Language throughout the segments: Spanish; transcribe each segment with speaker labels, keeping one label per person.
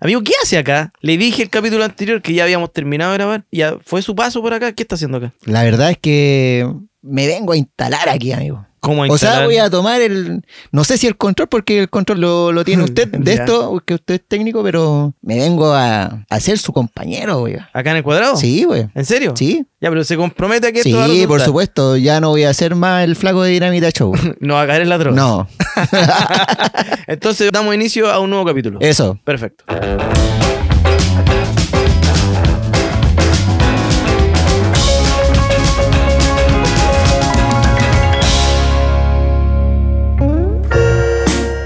Speaker 1: Amigo, ¿qué hace acá? Le dije el capítulo anterior que ya habíamos terminado de grabar. Ya fue su paso por acá. ¿Qué está haciendo acá?
Speaker 2: La verdad es que me vengo a instalar aquí, amigo.
Speaker 1: ¿Cómo a
Speaker 2: O sea,
Speaker 1: instalar?
Speaker 2: voy a tomar el. No sé si el control, porque el control lo, lo tiene usted de
Speaker 1: Ya.
Speaker 2: esto, que usted es técnico, pero me vengo a, a ser su compañero, güey.
Speaker 1: ¿Acá en el cuadrado?
Speaker 2: Sí, güey.
Speaker 1: ¿En serio?
Speaker 2: Sí.
Speaker 1: Ya, pero se compromete a Oh. que esto va a
Speaker 2: Sí, por
Speaker 1: resultar.
Speaker 2: supuesto. Ya no voy a ser más el flaco de Dinamita Show.
Speaker 1: No va a caer en la droga.
Speaker 2: No,
Speaker 1: Entonces damos inicio a un nuevo capítulo.
Speaker 2: eso.
Speaker 1: Perfecto.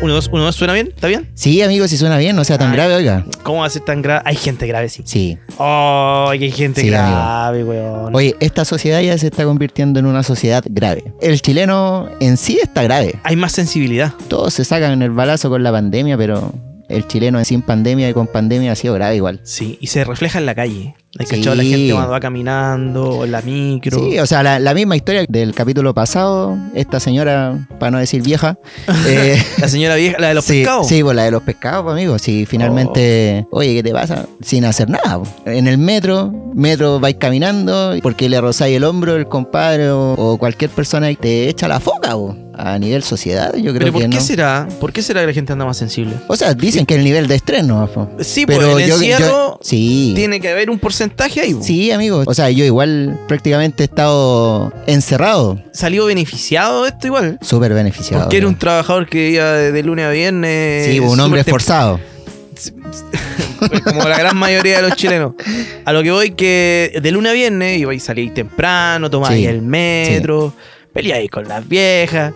Speaker 1: Uno, dos, uno, dos, ¿suena bien? ¿Está bien?
Speaker 2: Sí, amigo, si suena bien, no sea tan grave, oiga.
Speaker 1: ¿Cómo va a ser tan grave? Hay gente grave, sí.
Speaker 2: Sí.
Speaker 1: Oh, hay gente
Speaker 2: Sí,
Speaker 1: grave, weón.
Speaker 2: Oye, esta sociedad ya se está convirtiendo en una sociedad grave. El chileno en sí está grave.
Speaker 1: Hay más sensibilidad.
Speaker 2: Todos se sacan el balazo con la pandemia, pero el chileno en sin pandemia y con pandemia ha sido grave igual.
Speaker 1: Sí, y se refleja en la calle. Hay
Speaker 2: Sí.
Speaker 1: cachado la gente cuando va caminando, o en la micro.
Speaker 2: Sí, o sea, la, la misma historia del capítulo pasado. Esta señora, para no decir vieja, eh,
Speaker 1: La señora vieja, la de los
Speaker 2: sí,
Speaker 1: pescados. Oh.
Speaker 2: Sí, pues la de los pescados, pues, amigo. Si finalmente, oye, ¿qué te pasa? Sin hacer nada. pues. En el metro, metro vais caminando, porque le rozáis el hombro, el compadre o, o cualquier persona y te echa la foca, pues. A nivel sociedad, yo creo
Speaker 1: Pero ¿por
Speaker 2: que
Speaker 1: qué
Speaker 2: no.
Speaker 1: será? ¿Por qué será que la gente anda más sensible?
Speaker 2: O sea, dicen que el nivel de estrés no, pues.
Speaker 1: Sí,
Speaker 2: Pero
Speaker 1: pues el
Speaker 2: yo, yo-
Speaker 1: encierro
Speaker 2: sí.
Speaker 1: tiene que haber un porcentaje ahí. Sí.
Speaker 2: Sí, amigo. O sea, yo igual prácticamente he estado encerrado,
Speaker 1: pues. Salió beneficiado de esto igual.
Speaker 2: súper beneficiado.
Speaker 1: Porque era
Speaker 2: amigo.
Speaker 1: un trabajador que iba de, de lunes a viernes.
Speaker 2: Sí, pues, un
Speaker 1: súper
Speaker 2: hombre
Speaker 1: tem-
Speaker 2: esforzado.
Speaker 1: pues, Como la gran mayoría de los chilenos. A lo que voy que de lunes a viernes iba y salí temprano, tomáis
Speaker 2: Sí,
Speaker 1: el metro, peleáis con las viejas.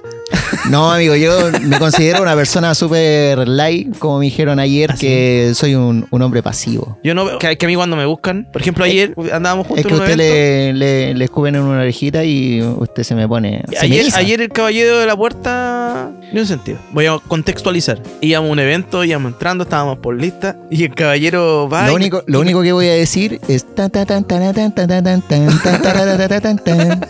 Speaker 2: No, amigo, yo me considero una persona súper light, como me dijeron ayer,
Speaker 1: ¿Ah, sí?
Speaker 2: que soy un, un hombre pasivo.
Speaker 1: Yo no veo que, que a mí cuando me buscan, por ejemplo ayer andábamos juntos
Speaker 2: Es que
Speaker 1: en un
Speaker 2: usted
Speaker 1: evento.
Speaker 2: le, le, le escupen en una orejita y usted se me pone. se me
Speaker 1: Ayer,
Speaker 2: eriza.
Speaker 1: ayer el caballero de la puerta. Ni un sentido. Voy a contextualizar. Íbamos a un evento, íbamos entrando, estábamos por lista. Y el caballero va. y-
Speaker 2: Lo único, lo único que voy a decir es. tan, tan, tan, tan, tan, tan, tan, tan, tan, tan, tan, tan, tan, tan, tan.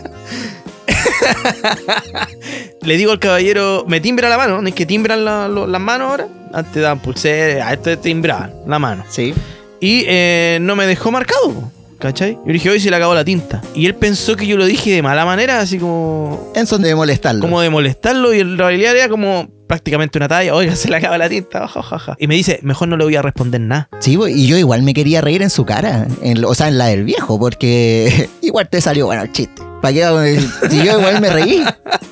Speaker 1: Le digo al caballero, me timbra la mano. No es que timbran la- lo- las manos ahora. Antes daban pulseras, a este timbraban la mano.
Speaker 2: Sí.
Speaker 1: Y eh, no me dejó marcado, po, ¿cachai? Yo le dije, hoy se le acabó la tinta. Y él pensó que yo lo dije de mala manera, así como.
Speaker 2: En son de molestarlo.
Speaker 1: como de molestarlo y en realidad era como prácticamente una talla, oiga, se le acaba la tinta, jajaja. Y me dice, mejor no le voy a responder nada.
Speaker 2: Sí, bo- y yo igual me quería reír en su cara, en lo- o sea, en la del viejo, porque igual te salió bueno el chiste. ¿Para qué? vamos a- Si yo igual me reí,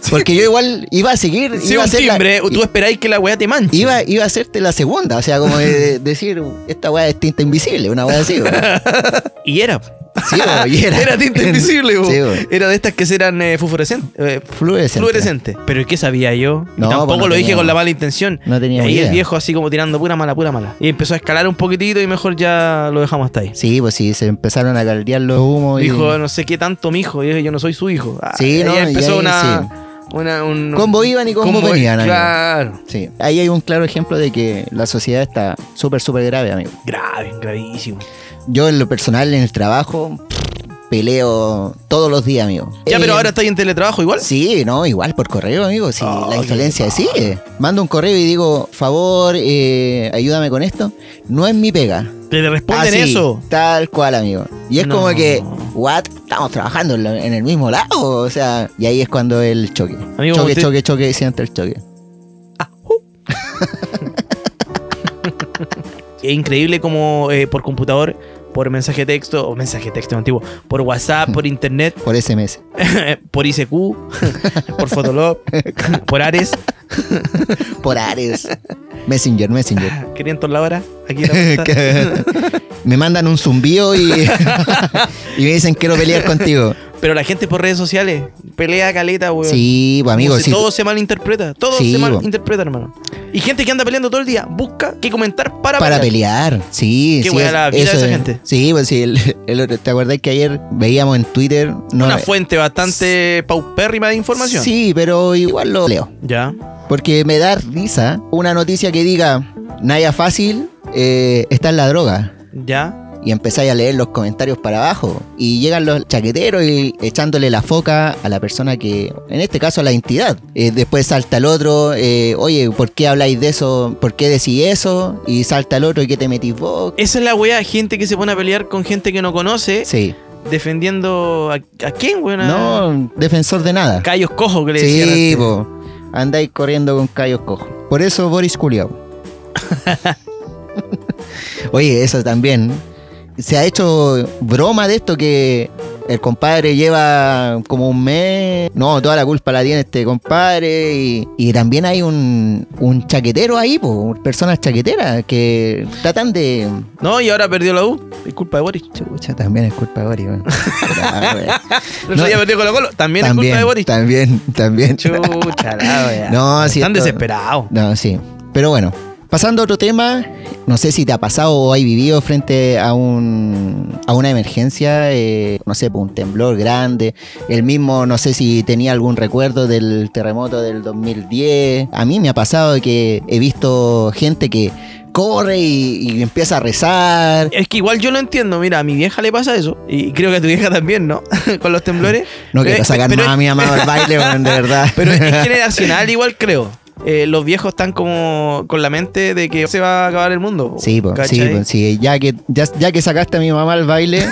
Speaker 2: porque yo igual iba a seguir,
Speaker 1: Si
Speaker 2: iba, a
Speaker 1: un
Speaker 2: hacer
Speaker 1: timbre,
Speaker 2: la,
Speaker 1: tú esperáis que la weá te manche.
Speaker 2: iba, iba a hacerte la segunda, o sea, como de- de decir, esta weá es tinta invisible, una weá así. bo.
Speaker 1: Y era.
Speaker 2: Sí, bo, y era,
Speaker 1: Era tinta invisible, bo.
Speaker 2: Sí, bo.
Speaker 1: Era de estas que eran eh, fosforescentes, eh,
Speaker 2: Fluorescente.
Speaker 1: fluorescentes. Pero ¿qué sabía yo? Y
Speaker 2: No,
Speaker 1: tampoco
Speaker 2: pues no
Speaker 1: lo dije
Speaker 2: tenía-
Speaker 1: con la mala intención.
Speaker 2: No
Speaker 1: Y
Speaker 2: tenía
Speaker 1: ahí el
Speaker 2: idea.
Speaker 1: viejo así como tirando pura mala, pura mala. Y empezó a escalar un poquitito y mejor ya lo dejamos hasta ahí.
Speaker 2: Sí, pues sí, se empezaron a caldear los humos. y-
Speaker 1: Dijo, no sé qué tanto mi hijo. Y yo dije, yo no soy su hijo. Ah,
Speaker 2: Sí,
Speaker 1: ahí
Speaker 2: no, y
Speaker 1: empezó
Speaker 2: ahí,
Speaker 1: una, una- un-
Speaker 2: Combo iban y combo,
Speaker 1: combo-
Speaker 2: venían, amigo.
Speaker 1: Claro.
Speaker 2: Sí, ahí hay un claro ejemplo de que la sociedad está súper, súper grave, amigo.
Speaker 1: Grave, gravísimo.
Speaker 2: Yo en lo personal, en el trabajo, peleo todos los días, amigo.
Speaker 1: Ya, pero
Speaker 2: Eh,
Speaker 1: ahora estáis en teletrabajo igual.
Speaker 2: Sí, no, igual por correo, amigo. Si
Speaker 1: Oh,
Speaker 2: la
Speaker 1: qué
Speaker 2: insolencia sigue. Mando un correo y digo, favor, eh, ayúdame con esto. No es mi pega.
Speaker 1: Te le responden
Speaker 2: Así,
Speaker 1: eso.
Speaker 2: Tal cual, amigo. Y es
Speaker 1: No.
Speaker 2: como que, what? Estamos trabajando en, la- en el mismo lado. O sea, y ahí es cuando el choque.
Speaker 1: Amigo,
Speaker 2: choque,
Speaker 1: usted-
Speaker 2: choque, choque, siente el choque.
Speaker 1: Es increíble como eh, por computador, por mensaje de texto, o mensaje de texto antiguo, por WhatsApp, por internet,
Speaker 2: Por SMS.
Speaker 1: por ICQ, por Fotolog, por Ares,
Speaker 2: Por Ares. Messenger, Messenger.
Speaker 1: 500 la hora, aquí la puerta.
Speaker 2: me mandan un zumbido y, y me dicen quiero pelear contigo.
Speaker 1: Pero la gente por redes sociales pelea caleta, weón.
Speaker 2: Sí, pues
Speaker 1: Como
Speaker 2: amigo,
Speaker 1: si
Speaker 2: sí.
Speaker 1: todo se malinterpreta, todo
Speaker 2: Sí,
Speaker 1: se
Speaker 2: bo.
Speaker 1: malinterpreta, hermano. Y gente que anda peleando todo el día busca que comentar para,
Speaker 2: Para pelear, sí.
Speaker 1: Qué
Speaker 2: sí,
Speaker 1: wea
Speaker 2: es-
Speaker 1: la vida de esa
Speaker 2: es.
Speaker 1: gente.
Speaker 2: Sí, pues sí. el- el otro- ¿Te acordás que ayer veíamos en Twitter? No,
Speaker 1: Una fuente bastante paupérrima de información.
Speaker 2: Sí, pero igual lo leo.
Speaker 1: Ya.
Speaker 2: Porque me da risa una noticia que diga, Naya Fácil eh, está en la droga.
Speaker 1: Ya.
Speaker 2: y empezáis a leer los comentarios para abajo. Y llegan los chaqueteros y echándole la foca a la persona que, en este caso a la entidad. Eh, después salta el otro, eh, oye, ¿por qué habláis de eso? ¿Por qué decís eso? Y salta el otro y que te metís vos.
Speaker 1: Esa es la weá, gente que se pone a pelear con gente que no conoce,
Speaker 2: Sí.
Speaker 1: defendiendo a, a quién, weón. A-
Speaker 2: No, defensor de nada.
Speaker 1: Callos cojos que le decían
Speaker 2: Sí,
Speaker 1: antes.
Speaker 2: po. Andáis corriendo con callos cojos. Por eso Boris Culiao. Oye, eso también. Se ha hecho broma de esto que el compadre lleva como un mes. No, toda la culpa la tiene este compadre. Y, y también hay un, un chaquetero ahí, po, personas chaqueteras que tratan de.
Speaker 1: No, y ahora perdió la U. Es culpa de Boris.
Speaker 2: Chucha, también es culpa de Boris, weón. Puta, weón.
Speaker 1: El otro día perdió Colo Colo. También,
Speaker 2: también,
Speaker 1: es culpa de Boris.
Speaker 2: también, también.
Speaker 1: Chucha, la weá.
Speaker 2: No, sí,
Speaker 1: Están
Speaker 2: esto-
Speaker 1: desesperados.
Speaker 2: No, sí. Pero bueno, pasando a otro tema, no sé si te ha pasado o hay vivido frente a un a una emergencia, eh, no sé, pues, un temblor grande, el mismo, no sé si tenía algún recuerdo del terremoto del 2010. A mí me ha pasado que he visto gente que corre y, y empieza a rezar.
Speaker 1: Es que igual yo lo entiendo, mira, a mi vieja le pasa eso, y creo que a tu vieja también, ¿no? Con los temblores.
Speaker 2: No quiero
Speaker 1: Eh,
Speaker 2: sacar
Speaker 1: pero-
Speaker 2: más a mi mamá del baile, weón, de verdad.
Speaker 1: Pero es generacional igual creo. Eh, los viejos están como con la mente de que se va a acabar el mundo. po,
Speaker 2: Sí, po, sí,
Speaker 1: ¿cachai?
Speaker 2: po, sí, ya que, ya, ya que sacaste a mi mamá al baile.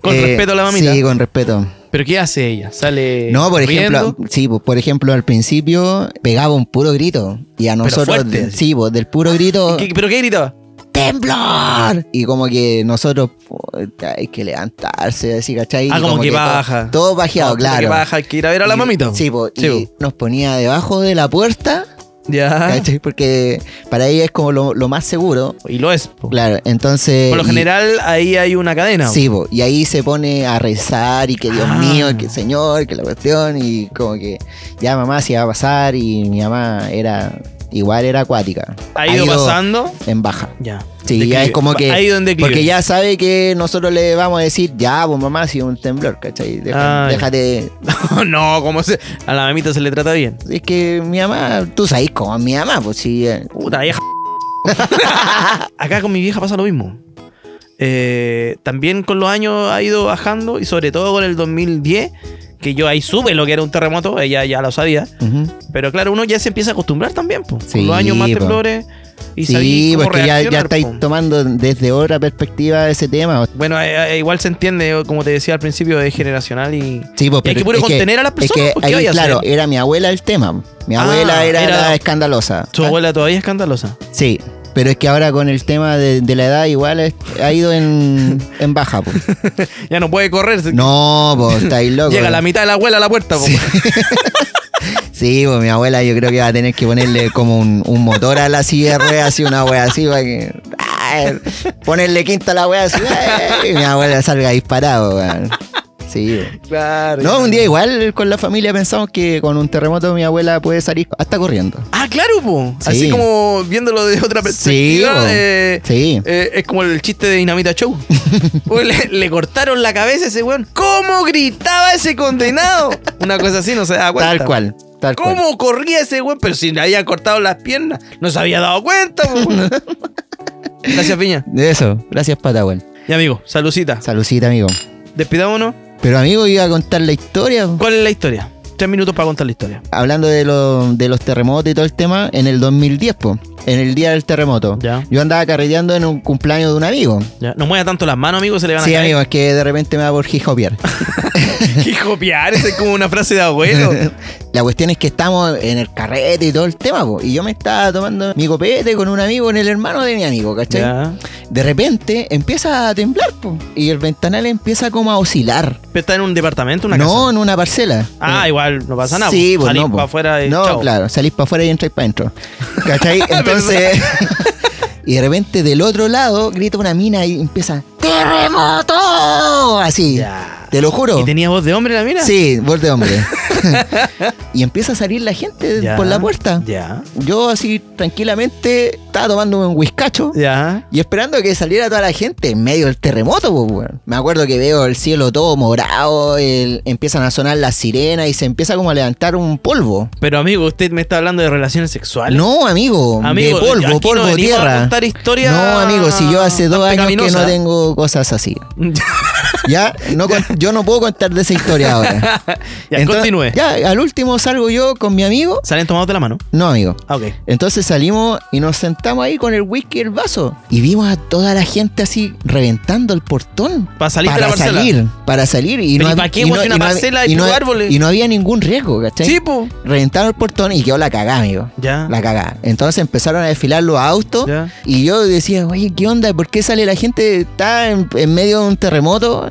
Speaker 1: Con
Speaker 2: eh,
Speaker 1: respeto a la mamita.
Speaker 2: Sí, con respeto.
Speaker 1: Pero ¿qué hace ella? Sale
Speaker 2: No, por ejemplo,
Speaker 1: Eh, corriendo?
Speaker 2: sí, pues, por ejemplo, al principio pegaba un puro grito y a nosotros,
Speaker 1: fuerte,
Speaker 2: de-
Speaker 1: así. ¡Ah!
Speaker 2: sí, pues, del puro grito,
Speaker 1: ¿Qué- ¿Pero qué gritaba?
Speaker 2: ¡temblor! Y como que nosotros, puta, hay que levantarse, así, ¿cachai?
Speaker 1: Ah,
Speaker 2: Y
Speaker 1: como que
Speaker 2: to-
Speaker 1: baja.
Speaker 2: Todo, bajeado,
Speaker 1: No, como
Speaker 2: claro.
Speaker 1: Que baja, hay que ir a ver a la
Speaker 2: Y-
Speaker 1: mamita. po.
Speaker 2: Sí, pues,
Speaker 1: Sí,
Speaker 2: y
Speaker 1: po. Ah.
Speaker 2: nos ponía debajo de la puerta,
Speaker 1: Ya.
Speaker 2: ¿cachai? Porque para ella es como lo, lo más seguro.
Speaker 1: Y lo es. po.
Speaker 2: Claro, entonces...
Speaker 1: Por lo
Speaker 2: y-
Speaker 1: general, ahí hay una cadena. po.
Speaker 2: Sí, po, y ahí se pone a rezar y que Dios
Speaker 1: Ah.
Speaker 2: mío, que Señor, que la cuestión y como que ya mamá se iba a pasar y mi mamá era igual era acuática.
Speaker 1: Ha ido pasando.
Speaker 2: en baja.
Speaker 1: Ya.
Speaker 2: Sí,
Speaker 1: Declive.
Speaker 2: ya es como que
Speaker 1: Ha ido en declive.
Speaker 2: porque ya sabe que nosotros le vamos a decir, ya, pues mamá, si un temblor, ¿cachai? Deja-
Speaker 1: Ah, ya.
Speaker 2: déjate.
Speaker 1: no, como se. A la mamita se le trata bien.
Speaker 2: Es que mi mamá, tú sabes cómo es mi mamá, pues sí. eh.
Speaker 1: Puta vieja. Acá con mi vieja pasa lo mismo. Eh, también con los años ha ido bajando y sobre todo con el 2010, que yo ahí sube lo que era un terremoto, ella ya lo sabía.
Speaker 2: Ujú.
Speaker 1: Pero claro, uno ya se empieza a acostumbrar también, po.
Speaker 2: Sí,
Speaker 1: con los años más
Speaker 2: po.
Speaker 1: temblores y
Speaker 2: Sí,
Speaker 1: sabí cómo
Speaker 2: porque ya, ya
Speaker 1: reaccionar,
Speaker 2: estáis
Speaker 1: po.
Speaker 2: tomando desde otra perspectiva ese tema.
Speaker 1: Bueno, eh, eh, igual se entiende, como te decía al principio, es generacional y...
Speaker 2: Sí, pues,
Speaker 1: Y hay
Speaker 2: pero
Speaker 1: que puro contener a las
Speaker 2: es que
Speaker 1: personas, pues, ¿qué
Speaker 2: ahí,
Speaker 1: vaya a
Speaker 2: claro,
Speaker 1: hacer?
Speaker 2: era mi abuela el tema. Mi
Speaker 1: Ah,
Speaker 2: abuela era,
Speaker 1: era-
Speaker 2: la escandalosa.
Speaker 1: Su abuela todavía es escandalosa.
Speaker 2: Ah, Sí, pero es que ahora con el tema de, de la edad igual es- ha ido en, en baja. po.
Speaker 1: Ya no puede correr. se-
Speaker 2: No, pues estáis locos.
Speaker 1: Llega la mitad de la abuela a la puerta. po.
Speaker 2: Sí, pues mi abuela yo creo que va a tener que ponerle como un, un motor a la silla de ruedas, así una wea así para que... ¡ay! ponerle quinta a la wea así. ¡ay! Y mi abuela salga disparado, weón. Sí, po.
Speaker 1: Claro.
Speaker 2: No, un día igual con la familia pensamos que con un terremoto mi abuela puede salir hasta corriendo.
Speaker 1: Ah, claro, po.
Speaker 2: Sí.
Speaker 1: Así como viéndolo de otra
Speaker 2: Sí,
Speaker 1: perspectiva.
Speaker 2: po.
Speaker 1: eh,
Speaker 2: Sí.
Speaker 1: eh, es como el chiste de Dinamita Show. Pues le, le cortaron la cabeza a ese weón. ¿Cómo gritaba ese condenado? Una cosa así no se da cuenta.
Speaker 2: Tal cual, tal cual.
Speaker 1: ¿Cómo corría ese weón? Pero si le había cortado las piernas, no se había dado cuenta. po, weón. Gracias, Piña.
Speaker 2: De eso, gracias Patagüel.
Speaker 1: Y amigo, salucita.
Speaker 2: Salucita, amigo.
Speaker 1: Despidámonos.
Speaker 2: Pero amigo, iba a contar la historia.
Speaker 1: ¿Cuál es la historia? Tres minutos para contar la historia.
Speaker 2: Hablando de, lo- de los terremotos y todo el tema, en el 2010, po, en el día del terremoto,
Speaker 1: Ya.
Speaker 2: yo andaba carreteando en un cumpleaños de un amigo.
Speaker 1: Ya. No mueva tanto las manos, amigo, se le van
Speaker 2: Sí,
Speaker 1: a caer.
Speaker 2: amigo, es que de repente me va por hijopiar.
Speaker 1: Que copiar, esa es como una frase de abuelo.
Speaker 2: La cuestión es que estamos en el carrete y todo el tema, po, y yo me estaba tomando mi copete con un amigo, en el hermano de mi amigo, ¿cachai?
Speaker 1: Ya.
Speaker 2: De repente empieza a temblar, po, y el ventanal empieza como a oscilar.
Speaker 1: Pero está en un departamento, una
Speaker 2: no,
Speaker 1: casa.
Speaker 2: en una parcela.
Speaker 1: Ah, igual, no pasa nada.
Speaker 2: Sí,
Speaker 1: po.
Speaker 2: pues
Speaker 1: Salís
Speaker 2: no, pues.
Speaker 1: para afuera y
Speaker 2: No,
Speaker 1: chao.
Speaker 2: claro, salís para afuera y entráis para adentro. ¿Cachai? Entonces. y de repente del otro lado grita una mina y empieza ¡Terremoto! Así.
Speaker 1: Ya.
Speaker 2: Te lo juro.
Speaker 1: ¿Y tenía voz de hombre la mina?
Speaker 2: Sí, voz de hombre. y empieza a salir la gente
Speaker 1: Ya.
Speaker 2: por la puerta.
Speaker 1: Ya.
Speaker 2: Yo así tranquilamente estaba tomándome un whiskacho.
Speaker 1: Ya.
Speaker 2: Y esperando que saliera toda la gente en medio del terremoto, pues, weón. Me acuerdo que veo el cielo todo morado, el- empiezan a sonar las sirenas y se empieza como a levantar un polvo.
Speaker 1: Pero amigo, usted me está hablando de relaciones sexuales.
Speaker 2: No, amigo,
Speaker 1: Amigo,
Speaker 2: de polvo,
Speaker 1: aquí
Speaker 2: polvo,
Speaker 1: no venimos A
Speaker 2: tierra.
Speaker 1: contar historias
Speaker 2: No, amigo, si yo hace dos
Speaker 1: tan
Speaker 2: años que no
Speaker 1: pecaminosas.
Speaker 2: tengo cosas así. Ya, no con- yo no puedo contar de esa historia ahora.
Speaker 1: ya,
Speaker 2: Entonces,
Speaker 1: continúe.
Speaker 2: Ya, al último salgo yo con mi amigo.
Speaker 1: Salen tomados de la mano.
Speaker 2: No, amigo.
Speaker 1: Ah, ok.
Speaker 2: Entonces salimos y nos sentamos ahí con el whisky y el vaso. Y vimos a toda la gente así reventando el portón.
Speaker 1: Para salir de
Speaker 2: para
Speaker 1: la parcela.
Speaker 2: salir, para salir. Y
Speaker 1: Pero
Speaker 2: no
Speaker 1: ¿y
Speaker 2: hab-
Speaker 1: para qué,
Speaker 2: y
Speaker 1: weón,
Speaker 2: no-
Speaker 1: si una
Speaker 2: y no hab-
Speaker 1: parcela hay
Speaker 2: y no
Speaker 1: puros
Speaker 2: hab-
Speaker 1: árboles?
Speaker 2: Y no había ningún riesgo, ¿cachai?
Speaker 1: Sí, po.
Speaker 2: Reventaron el portón y quedó la cagada, amigo.
Speaker 1: Ya.
Speaker 2: La cagada. Entonces empezaron a desfilar los autos.
Speaker 1: Ya.
Speaker 2: Y yo decía, oye, ¿qué onda? ¿Por qué sale la gente? Está en, en medio de un terremoto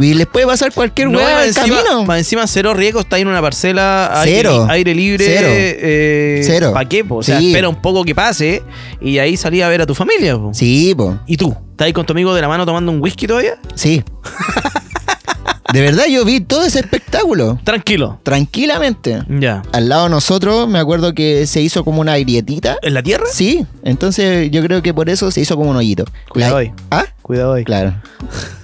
Speaker 2: y les puede pasar cualquier
Speaker 1: No,
Speaker 2: hueá
Speaker 1: más
Speaker 2: en el
Speaker 1: encima,
Speaker 2: camino.
Speaker 1: más encima cero riesgo, está ahí en una parcela, aire,
Speaker 2: Cero.
Speaker 1: aire libre,
Speaker 2: Cero. Cero.
Speaker 1: ¿Para qué? po? O sea,
Speaker 2: Sí.
Speaker 1: espera un poco que pase y ahí salí a ver a tu familia. po.
Speaker 2: Sí, po.
Speaker 1: ¿Y tú? ¿Estás ahí con tu amigo de la mano tomando un whisky todavía?
Speaker 2: Sí. de verdad, yo vi todo ese espectáculo.
Speaker 1: Tranquilo.
Speaker 2: Tranquilamente.
Speaker 1: Ya.
Speaker 2: Al lado de nosotros, me acuerdo que se hizo como una grietita.
Speaker 1: ¿En la tierra?
Speaker 2: Sí, entonces yo creo que por eso se hizo como un hoyito.
Speaker 1: Cuidado
Speaker 2: La-
Speaker 1: ahí.
Speaker 2: ¿Ah?
Speaker 1: Cuidado ahí.
Speaker 2: Claro.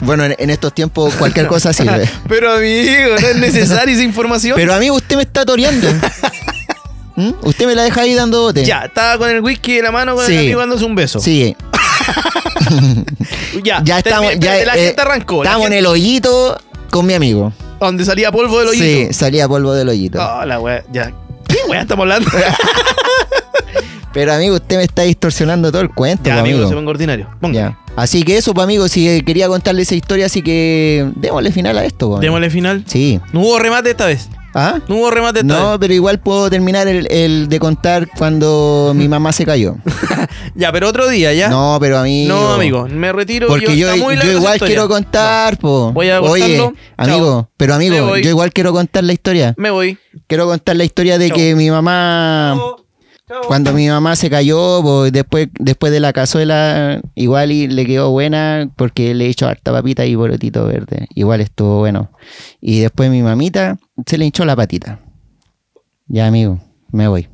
Speaker 2: Bueno, en, en estos tiempos cualquier cosa sirve.
Speaker 1: Pero amigo, no es necesaria esa información.
Speaker 2: Pero amigo, usted me está toreando. ¿Mm? Usted me la deja ahí dando bote.
Speaker 1: ya, estaba con el whisky de la mano con el
Speaker 2: eh, Sí.
Speaker 1: amigo dándose un beso.
Speaker 2: Sí,
Speaker 1: Ya,
Speaker 2: ya estamos.
Speaker 1: termi-
Speaker 2: Ya,
Speaker 1: Ah, espérate, la
Speaker 2: eh,
Speaker 1: gente arrancó. la
Speaker 2: Estamos en
Speaker 1: gente-
Speaker 2: el hoyito con mi amigo.
Speaker 1: Donde salía polvo del hoyito.
Speaker 2: Sí, salía polvo del hoyito.
Speaker 1: Oh, la wea, ya. ¿Qué wea estamos hablando?
Speaker 2: Pero amigo, usted me está distorsionando todo el cuento,
Speaker 1: ya,
Speaker 2: po,
Speaker 1: amigo,
Speaker 2: amigo.
Speaker 1: se pongo ordinario. Ponga.
Speaker 2: Ya. Así que eso, pues, amigo, si quería contarle esa historia, así que démosle final a esto. po, amigo.
Speaker 1: Démosle final.
Speaker 2: Sí.
Speaker 1: No hubo remate esta vez.
Speaker 2: ¿Ah?
Speaker 1: No hubo remate esta
Speaker 2: No, pero igual puedo terminar el, el de contar cuando mi mamá se cayó.
Speaker 1: vez. Ya, pero otro día, ¿ya?
Speaker 2: No, pero amigo.
Speaker 1: No, amigo, me retiro.
Speaker 2: Porque yo,
Speaker 1: está muy
Speaker 2: yo
Speaker 1: larga esa
Speaker 2: igual
Speaker 1: historia.
Speaker 2: quiero contar, po.
Speaker 1: Voy a
Speaker 2: Oye,
Speaker 1: cortarlo.
Speaker 2: amigo,
Speaker 1: Chao.
Speaker 2: pero
Speaker 1: Me
Speaker 2: amigo,
Speaker 1: voy.
Speaker 2: yo igual quiero contar la historia.
Speaker 1: Me voy.
Speaker 2: Quiero contar la historia de
Speaker 1: Chao.
Speaker 2: que mi mamá,
Speaker 1: Chao. Chao.
Speaker 2: cuando mi mamá se cayó, po, y después, después de la cazuela, igual y le quedó buena porque le he hecho harta papita y borotito verde. Igual estuvo bueno. Y después mi mamita se le hinchó la patita. Ya, amigo, me voy.